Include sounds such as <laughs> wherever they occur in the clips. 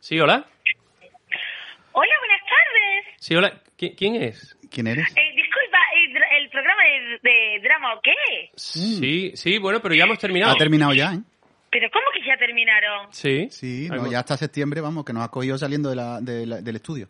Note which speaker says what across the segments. Speaker 1: Sí, hola.
Speaker 2: Hola, buenas tardes.
Speaker 1: Sí, hola. ¿Qui- ¿Quién es?
Speaker 3: ¿Quién eres?
Speaker 2: Eh, disculpa, eh, dra- ¿el programa de, de drama o qué?
Speaker 1: Sí, sí, bueno, pero ya hemos terminado.
Speaker 3: Ha terminado ya, ¿eh?
Speaker 2: ¿Pero cómo que ya terminaron?
Speaker 1: sí.
Speaker 3: Sí, no,
Speaker 1: Algo-
Speaker 3: ya hasta septiembre, vamos, que nos ha cogido saliendo de la- de la- del estudio.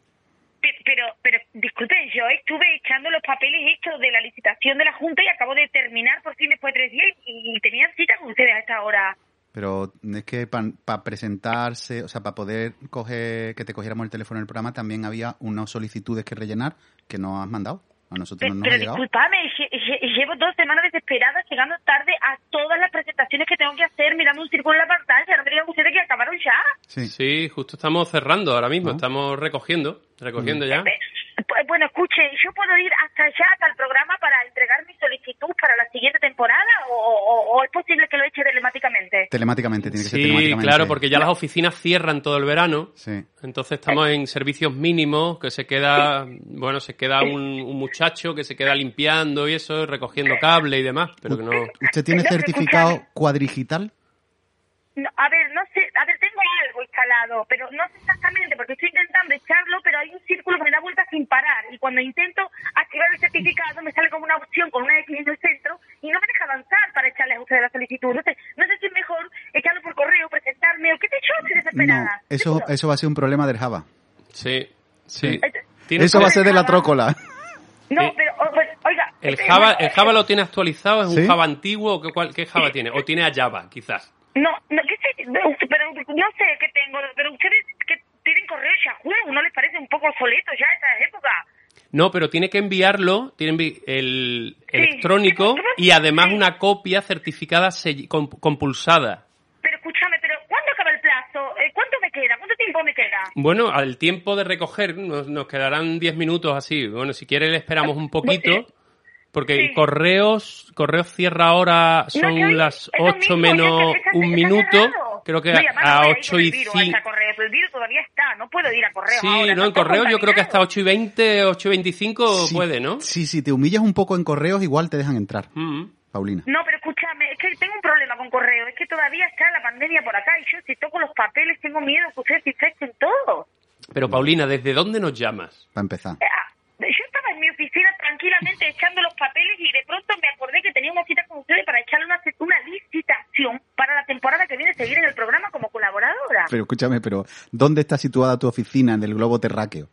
Speaker 2: Pe- Pero, pero, disculpen, yo estuve echando los papeles estos de la licitación de la Junta y acabo de terminar por fin después de tres días y, y tenía cita con ustedes a esta hora.
Speaker 3: Pero es que para presentarse, o sea, para poder coger, que te cogiéramos el teléfono en el programa, también había unas solicitudes que rellenar que no has mandado. A
Speaker 2: Pe-
Speaker 3: nosotros no nos
Speaker 2: pero
Speaker 3: ha llegado.
Speaker 2: disculpame, lle- lle- llevo dos semanas desesperada llegando tarde a todas las presentaciones que tengo que hacer mirando un círculo en la pantalla. No me digan ustedes que acabaron ya.
Speaker 3: Sí. Ah.
Speaker 1: Sí, justo estamos cerrando ahora mismo,
Speaker 3: ¿No?
Speaker 1: estamos recogiendo, recogiendo ya.
Speaker 2: Eh, pu- Bueno, escuche, ¿yo puedo ir hasta allá, hasta el programa, para entregar mi solicitud para la siguiente temporada? ¿O, o- o es posible que lo eche telemáticamente?
Speaker 3: Telemáticamente, tiene que ser
Speaker 1: Sí,
Speaker 3: telemáticamente.
Speaker 1: claro, porque ya las oficinas cierran todo el verano.
Speaker 3: Sí.
Speaker 1: Entonces estamos en servicios mínimos, que se queda, bueno, se queda un, un muchacho que se queda limpiando y eso, recogiendo cable y demás, pero que no...
Speaker 3: ¿Usted tiene
Speaker 2: No, pero
Speaker 3: certificado
Speaker 2: escúchame.
Speaker 3: cuadrigital?
Speaker 2: No, a ver, no sé, a ver, tengo algo instalado, pero no sé exactamente, porque estoy intentando echarlo, pero hay un círculo que me da vueltas sin parar. Y cuando intento activar el certificado, me sale como una opción con una X en el centro y no me deja avanzar para echarle a ustedes la solicitud. No sé, no sé si es mejor echarlo por correo, presentarme, o qué sé yo, estoy
Speaker 3: No,
Speaker 2: desesperada.
Speaker 3: eso, eso va a ser un problema del Java.
Speaker 1: Sí, sí.
Speaker 3: Sí.
Speaker 1: Tienes
Speaker 3: Eso
Speaker 1: que-
Speaker 3: va a ser de la
Speaker 2: Java.
Speaker 3: trócola.
Speaker 2: Este, No,
Speaker 1: Eh,
Speaker 2: pero, o- pues, oiga...
Speaker 1: El
Speaker 2: eh,
Speaker 1: Java,
Speaker 2: bueno,
Speaker 1: el Java lo tiene actualizado, es un
Speaker 3: ¿Sí?
Speaker 1: Java antiguo, ¿o qué, cuál- qué Java tiene? O tiene a Java, quizás.
Speaker 2: No, no, ¿qué sé? Pero no sé qué tengo, pero ustedes que tienen correo Yahoo, ¿no les parece un poco obsoleto ya esa época?
Speaker 1: No, pero tiene que enviarlo, tiene envi- el electrónico
Speaker 2: Sí.
Speaker 1: y además
Speaker 2: Sí.
Speaker 1: una copia certificada sell- comp- compulsada.
Speaker 2: Pero escúchame, pero ¿cuándo acaba el plazo? Eh, ¿Cuánto me queda? ¿Cuánto tiempo me queda?
Speaker 1: Bueno, al tiempo de recoger nos, nos quedarán 10 minutos así. Bueno, si quiere le esperamos un poquito, porque
Speaker 2: Sí.
Speaker 1: correos correos cierra ahora,
Speaker 2: No, que
Speaker 1: son
Speaker 2: hoy-
Speaker 1: las
Speaker 2: es
Speaker 1: 8
Speaker 2: domingo,
Speaker 1: menos
Speaker 2: ya está-
Speaker 1: un
Speaker 2: está
Speaker 1: minuto,
Speaker 2: cerrado.
Speaker 1: creo que
Speaker 2: No, además no
Speaker 1: a
Speaker 2: voy a ir
Speaker 1: 8
Speaker 2: con
Speaker 1: y
Speaker 2: el virus, hasta
Speaker 1: 5.
Speaker 2: correo, el virus todavía está, no puedo ir a correo
Speaker 1: Sí,
Speaker 2: ahora,
Speaker 1: no, en
Speaker 2: está
Speaker 1: correo yo creo que hasta
Speaker 2: contaminado.
Speaker 1: 8 y 20, 8 y 25
Speaker 3: Si-
Speaker 1: puede, ¿no?
Speaker 3: Sí, si te humillas un poco en correos, igual te dejan entrar,
Speaker 1: Mm.
Speaker 3: Paulina.
Speaker 2: No, pero escúchame, es que tengo un problema con correo, es que todavía está la pandemia por acá y yo si toco los papeles tengo miedo que ustedes se infecten todo.
Speaker 1: Pero Paulina, ¿desde dónde nos llamas?
Speaker 3: Para empezar.
Speaker 2: Ah, Yo estaba en mi oficina
Speaker 3: <laughs>
Speaker 2: tranquilamente echando los papeles y de pronto me acordé que tenía una cita con ustedes para echarle una, una licitación para la temporada que viene seguir en el programa como colaboradora.
Speaker 3: Pero escúchame, pero ¿dónde está situada tu oficina en el globo terráqueo?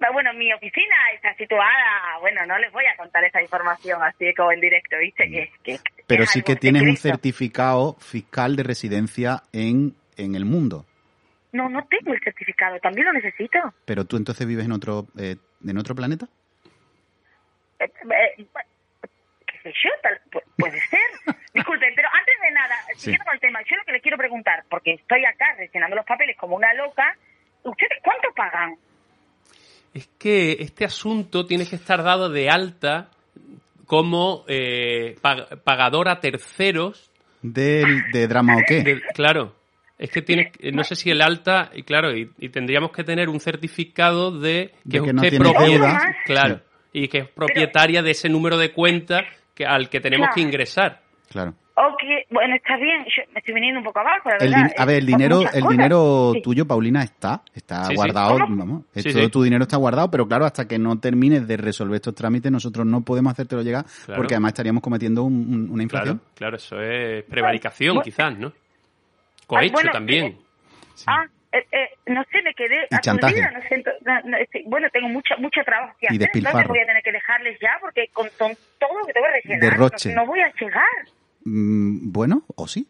Speaker 2: Ah, Bueno, mi oficina está situada, bueno, no les voy a contar esa información así como en directo, ¿viste? Que, que-
Speaker 3: Mm. Pero
Speaker 2: es
Speaker 3: sí
Speaker 2: algo
Speaker 3: que tienes un
Speaker 2: secreto.
Speaker 3: certificado fiscal de residencia en, en el mundo.
Speaker 2: No, no tengo el certificado, también lo necesito.
Speaker 3: Pero tú entonces vives en otro, eh, en otro planeta.
Speaker 2: Eh, eh, ¿Qué sé yo? Tal- pu- puede
Speaker 3: <laughs>
Speaker 2: ser. Disculpen, pero antes de nada,
Speaker 3: Sí.
Speaker 2: siguiendo con el tema, yo lo que les quiero preguntar, porque estoy acá rellenando los papeles como una loca, ¿ustedes cuánto pagan?
Speaker 1: Es que este asunto tienes que estar dado de alta como eh, pag- pagador a terceros.
Speaker 3: Del, ¿De drama o qué? <laughs>
Speaker 1: de- claro, es que tienes, eh, no sé si el alta, y claro, y, y tendríamos que tener un certificado de que,
Speaker 3: De que
Speaker 1: usted
Speaker 3: no tienes
Speaker 1: propie-
Speaker 2: deuda.
Speaker 1: claro, y que es propietaria de ese número de cuenta que, al que tenemos
Speaker 2: Claro.
Speaker 1: que ingresar.
Speaker 3: Claro.
Speaker 2: Ok, bueno, está bien, yo me estoy viniendo un poco abajo, la
Speaker 3: El
Speaker 2: verdad.
Speaker 3: din- a ver,
Speaker 2: Eh,
Speaker 3: el
Speaker 2: por
Speaker 3: dinero,
Speaker 2: muchas
Speaker 3: el
Speaker 2: cosas.
Speaker 3: dinero
Speaker 2: Sí.
Speaker 3: tuyo, Paulina, está, está
Speaker 1: Sí, sí.
Speaker 3: guardado.
Speaker 2: ¿Cómo?
Speaker 3: Vamos,
Speaker 1: Sí,
Speaker 3: esto-
Speaker 1: sí.
Speaker 3: tu dinero está guardado, pero claro, hasta que no termines de resolver estos trámites, nosotros no podemos hacértelo llegar,
Speaker 1: Claro.
Speaker 3: porque además estaríamos cometiendo un- un- una inflación.
Speaker 1: Claro, claro, eso es prevaricación,
Speaker 2: Bueno.
Speaker 1: quizás, ¿no? Cohecho
Speaker 2: bueno,
Speaker 1: también.
Speaker 3: Sí.
Speaker 2: Ah, eh, eh, no sé, me quedé
Speaker 3: Y chantaje.
Speaker 2: aturdida, no sé, no- no, este, bueno, tengo mucho, mucho trabajo que
Speaker 3: Y
Speaker 2: hacer, entonces
Speaker 3: despilfarro.
Speaker 2: voy a tener que dejarles ya, porque con, con todo que tengo que rellenar,
Speaker 3: Derroche.
Speaker 2: no- no voy a llegar.
Speaker 3: Mm, bueno, o sí.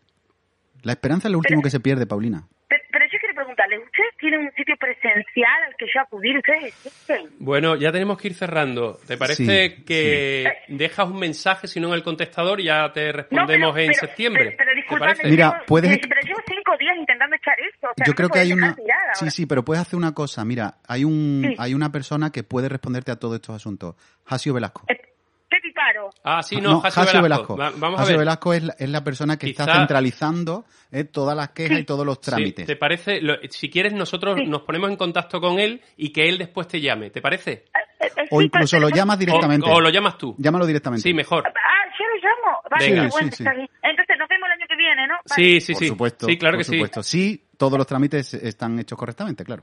Speaker 3: La esperanza es lo último
Speaker 2: Pero-
Speaker 3: que se pierde, Paulina.
Speaker 2: Pero, pero yo quiero preguntarle, ¿ustedes tienen un sitio presencial al que yo acudir? ¿Ustedes existen?
Speaker 1: Bueno, ya tenemos que ir cerrando. ¿Te parece
Speaker 3: Sí,
Speaker 1: que dejas un mensaje, si no en el contestador, y ya te respondemos en septiembre?
Speaker 2: Pero, pero
Speaker 1: ¿Te
Speaker 2: disculpadme,
Speaker 1: parece?
Speaker 3: Mira,
Speaker 2: llevo-
Speaker 3: puedes-
Speaker 2: Pero llevo cinco días intentando echar eso. o sea,
Speaker 3: Yo
Speaker 2: no
Speaker 3: creo
Speaker 2: me
Speaker 3: que hay
Speaker 2: puedes
Speaker 3: una.
Speaker 2: dejar tirada
Speaker 3: Sí,
Speaker 2: ahora.
Speaker 3: sí, pero puedes hacer una cosa. Mira, hay un
Speaker 2: Sí.
Speaker 3: hay una persona que puede responderte a todos estos asuntos. Jasio Velasco.
Speaker 2: Eh, Pepi Paro. Eh,
Speaker 1: Ah, sí, no, Jasio Velasco. Va- vamos
Speaker 3: Jasio
Speaker 1: a ver.
Speaker 3: Velasco es la, es la persona que está
Speaker 1: Quizá-
Speaker 3: centralizando eh, todas las quejas y todos los
Speaker 1: Sí,
Speaker 3: trámites.
Speaker 1: ¿Te parece? Lo- si quieres, nosotros nos ponemos en contacto con él y que él después te llame. ¿Te parece?
Speaker 2: Eh, eh,
Speaker 3: O
Speaker 2: sí,
Speaker 3: incluso
Speaker 2: pero-
Speaker 3: lo llamas
Speaker 1: O,
Speaker 3: directamente.
Speaker 1: o lo llamas tú.
Speaker 3: Llámalo directamente.
Speaker 1: Sí, mejor.
Speaker 2: Ah, yo lo llamo. Vale,
Speaker 1: Venga.
Speaker 2: qué bueno,
Speaker 3: Sí, sí,
Speaker 2: está
Speaker 3: sí.
Speaker 2: bien. Entonces nos vemos el año que viene, ¿no?
Speaker 1: Sí, sí,
Speaker 3: por
Speaker 1: sí.
Speaker 3: supuesto.
Speaker 1: Sí, claro
Speaker 3: por
Speaker 1: que sí.
Speaker 3: supuesto. sí. todos los trámites están hechos correctamente, claro.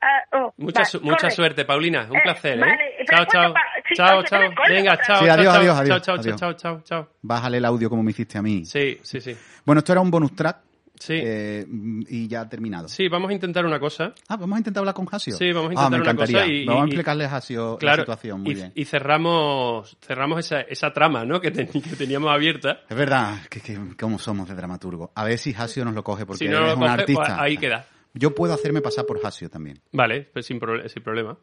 Speaker 2: Ah, oh,
Speaker 1: Mucha,
Speaker 2: vale,
Speaker 1: su- mucha
Speaker 2: corre.
Speaker 1: suerte, Paulina. Un
Speaker 2: Eh,
Speaker 1: placer, ¿eh?
Speaker 2: vale, pero
Speaker 1: Chao,
Speaker 2: ¿cuándo
Speaker 1: chao.
Speaker 2: pa- sí,
Speaker 1: Chao,
Speaker 2: oye,
Speaker 1: chao.
Speaker 2: pero ¿cuándo
Speaker 1: Venga,
Speaker 2: otra
Speaker 1: chao,
Speaker 2: vez?
Speaker 3: Sí,
Speaker 1: chao,
Speaker 3: adiós,
Speaker 1: chao,
Speaker 3: adiós, adiós,
Speaker 1: chao, chao,
Speaker 3: adiós.
Speaker 1: chao, chao, chao.
Speaker 3: Bájale el audio como me hiciste a mí.
Speaker 1: Sí, sí, sí.
Speaker 3: Bueno, esto era un bonus track
Speaker 1: Sí.
Speaker 3: eh, y ya ha terminado.
Speaker 1: Sí, vamos a intentar una cosa.
Speaker 3: Ah, vamos a intentar hablar con Hasio.
Speaker 1: Sí, vamos a
Speaker 3: Ah, me
Speaker 1: intentar una cosa
Speaker 3: encantaría.
Speaker 1: y-
Speaker 3: vamos a
Speaker 1: y-
Speaker 3: explicarle a Hasio la
Speaker 1: Claro.
Speaker 3: situación, muy
Speaker 1: Y,
Speaker 3: bien.
Speaker 1: y cerramos, cerramos esa, esa trama, ¿no? Que, ten- <laughs> que teníamos abierta.
Speaker 3: Es verdad, que, que cómo somos de dramaturgo. A ver si Hasio nos lo coge, porque
Speaker 1: Si no
Speaker 3: él
Speaker 1: lo
Speaker 3: es un
Speaker 1: coge,
Speaker 3: artista.
Speaker 1: pues ahí queda.
Speaker 3: Yo puedo hacerme pasar por Hasio también.
Speaker 1: Vale, pues sin, proble- sin problema.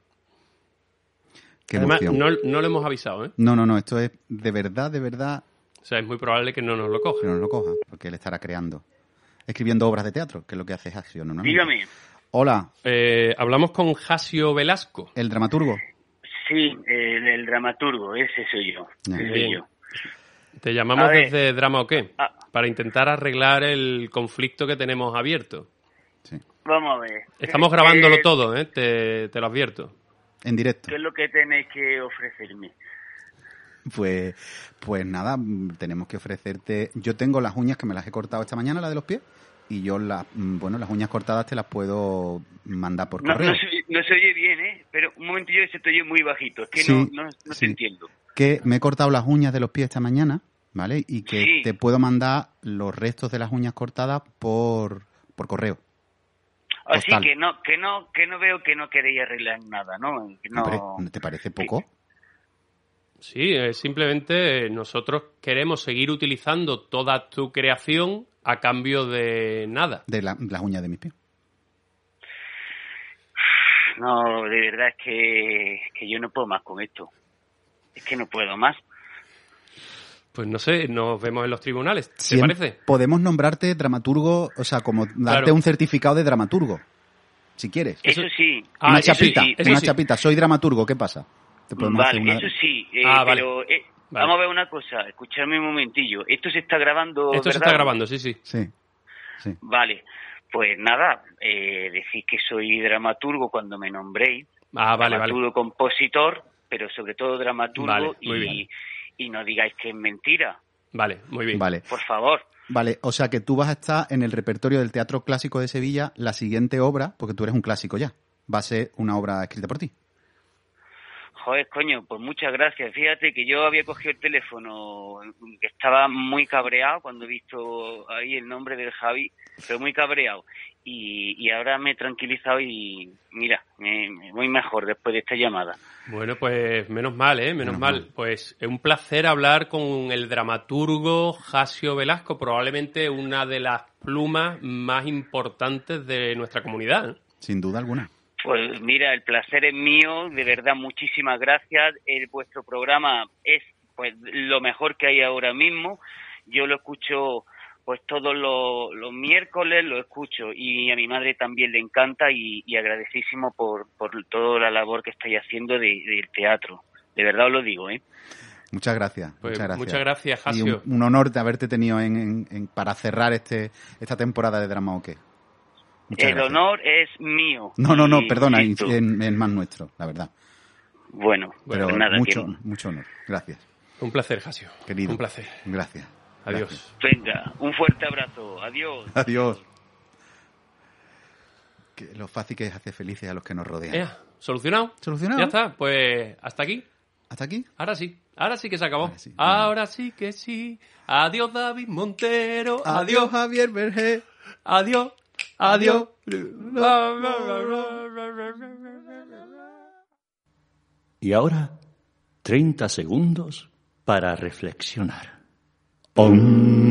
Speaker 3: Qué
Speaker 1: Además,
Speaker 3: emoción.
Speaker 1: no, no lo hemos avisado, ¿eh?
Speaker 3: No, no, no, esto es de verdad, de verdad,
Speaker 1: O sea, es muy probable que no nos lo
Speaker 3: que
Speaker 1: cojan.
Speaker 3: no nos lo coja, porque él estará creando, escribiendo obras de teatro, que es lo que hace Hasio normalmente.
Speaker 4: Dígame,
Speaker 3: Hola,
Speaker 1: Eh, hablamos con Jasio Velasco.
Speaker 3: el dramaturgo.
Speaker 4: sí, el, el dramaturgo, ese soy yo.
Speaker 3: Ah.
Speaker 4: Ese soy
Speaker 1: Bien.
Speaker 4: yo.
Speaker 1: Te llamamos
Speaker 4: A ver.
Speaker 1: desde Drama o qué?
Speaker 4: Ah.
Speaker 1: Para intentar arreglar el conflicto que tenemos abierto.
Speaker 3: Sí.
Speaker 4: Vamos a ver.
Speaker 1: Estamos
Speaker 4: Eh,
Speaker 1: grabándolo
Speaker 4: eh,
Speaker 1: todo, ¿eh? Te, te lo advierto.
Speaker 3: En directo.
Speaker 4: ¿Qué es lo que tenéis que ofrecerme?
Speaker 3: Pues, pues nada, mm, tenemos que ofrecerte. Yo tengo las uñas que me las he cortado esta mañana, las de los pies, y yo las, mm, bueno, las uñas cortadas te las puedo mandar por
Speaker 4: No,
Speaker 3: correo.
Speaker 4: no se, oye- no se oye bien, ¿eh? Pero un momentillo que se te oye muy bajito. Es que
Speaker 3: Sí,
Speaker 4: no, no, no
Speaker 3: sí.
Speaker 4: te entiendo.
Speaker 3: Que me he cortado las uñas de los pies esta mañana, ¿vale? Y que
Speaker 4: Sí.
Speaker 3: te puedo mandar los restos de las uñas cortadas por, por correo.
Speaker 4: Así
Speaker 3: Postal.
Speaker 4: que no, que no, que no veo que no queréis arreglar nada, ¿no? Que
Speaker 3: Hombre,
Speaker 4: no...
Speaker 3: ¿Te parece poco?
Speaker 1: Sí, eh, simplemente eh, nosotros queremos seguir utilizando toda tu creación a cambio de nada.
Speaker 3: De la- las uñas de mis pies.
Speaker 4: No, de verdad es que, que yo no puedo más con esto. Es que no puedo más.
Speaker 1: Pues no sé, nos vemos en los tribunales. ¿Te
Speaker 3: Siem-
Speaker 1: parece?
Speaker 3: Podemos nombrarte dramaturgo, o sea, como darte
Speaker 1: Claro.
Speaker 3: un certificado de dramaturgo, si quieres.
Speaker 4: Eso,
Speaker 1: Eso-
Speaker 4: sí.
Speaker 1: Ah,
Speaker 3: una
Speaker 1: eso sí,
Speaker 3: chapita,
Speaker 1: eso
Speaker 3: una
Speaker 1: sí.
Speaker 3: chapita. Soy dramaturgo, ¿qué pasa? Te podemos
Speaker 4: Vale,
Speaker 3: hacer una-
Speaker 4: eso sí, eh,
Speaker 1: Ah, vale.
Speaker 4: pero eh,
Speaker 1: Vale.
Speaker 4: vamos a ver una cosa, escuchadme un momentillo. Esto se está grabando,
Speaker 1: Esto se
Speaker 4: ¿verdad?
Speaker 1: está grabando, sí, sí.
Speaker 3: Sí, sí.
Speaker 4: Vale, pues nada, eh, decís que soy dramaturgo cuando me nombréis,
Speaker 1: Ah, vale, vale.
Speaker 4: dramaturgo compositor, pero sobre todo dramaturgo
Speaker 1: Vale, muy bien.
Speaker 4: y, y no digáis que es mentira,
Speaker 1: Vale, muy bien.
Speaker 3: Vale,
Speaker 4: por favor.
Speaker 3: vale. O sea que tú vas a estar en el repertorio del Teatro Clásico de Sevilla la siguiente obra, porque tú eres un clásico ya. Va a ser una obra escrita por ti.
Speaker 4: Joder, coño, pues muchas gracias. Fíjate que yo había cogido el teléfono, que estaba muy cabreado cuando he visto ahí el nombre del Javi, pero muy cabreado. Y, y ahora me he tranquilizado y mira, me, me voy mejor después de esta llamada.
Speaker 1: Bueno, pues menos mal, ¿eh? Menos,
Speaker 3: Menos
Speaker 1: mal.
Speaker 3: mal.
Speaker 1: Pues es un placer hablar con el dramaturgo Jasio Velasco, probablemente una de las plumas más importantes de nuestra comunidad. ¿eh?
Speaker 3: Sin duda alguna.
Speaker 4: Pues mira, el placer es mío, de verdad, muchísimas gracias. El, vuestro programa es pues lo mejor que hay ahora mismo. Yo lo escucho pues todos los, los miércoles, lo escucho y a mi madre también le encanta y, y agradecísimo por, por toda la labor que estáis haciendo de- del teatro. De verdad os lo digo, ¿eh?
Speaker 3: Muchas gracias.
Speaker 1: Pues,
Speaker 3: muchas gracias.
Speaker 1: muchas gracias,
Speaker 3: Y
Speaker 1: Jasio.
Speaker 3: un, un honor de haberte tenido en, en- en- para cerrar este, esta temporada de Drama o qué. Muchas
Speaker 4: el
Speaker 3: gracias.
Speaker 4: honor es mío.
Speaker 3: No, no, no,
Speaker 4: Y
Speaker 3: perdona, es
Speaker 4: insisto,
Speaker 3: más nuestro, la verdad.
Speaker 4: Bueno,
Speaker 3: Pero
Speaker 4: pues nada,
Speaker 3: mucho,
Speaker 4: que-
Speaker 3: mucho honor. Gracias,
Speaker 1: Un placer, Jasio.
Speaker 3: querido.
Speaker 1: Un placer.
Speaker 3: Gracias.
Speaker 1: Adiós.
Speaker 3: Gracias.
Speaker 4: venga, un fuerte abrazo. Adiós.
Speaker 3: Adiós. Que lo fácil que es hacer felices a los que nos rodean.
Speaker 1: Ea, ¿Solucionado?
Speaker 3: Solucionado.
Speaker 1: Ya está, pues hasta aquí.
Speaker 3: ¿Hasta aquí?
Speaker 1: Ahora sí, ahora sí que se acabó.
Speaker 3: Ahora
Speaker 1: Ahora
Speaker 3: sí.
Speaker 1: sí, que sí. Adiós, David Montero.
Speaker 3: Adiós,
Speaker 1: Adiós,
Speaker 3: Javier Vergé.
Speaker 1: adiós, adiós.
Speaker 5: Y ahora, 30 segundos para reflexionar. Om.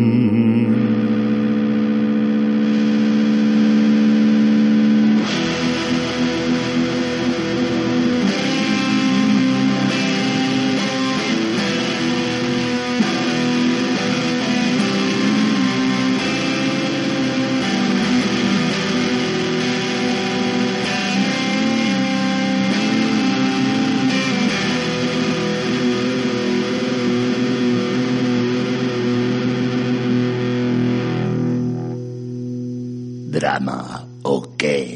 Speaker 5: Drama, ok.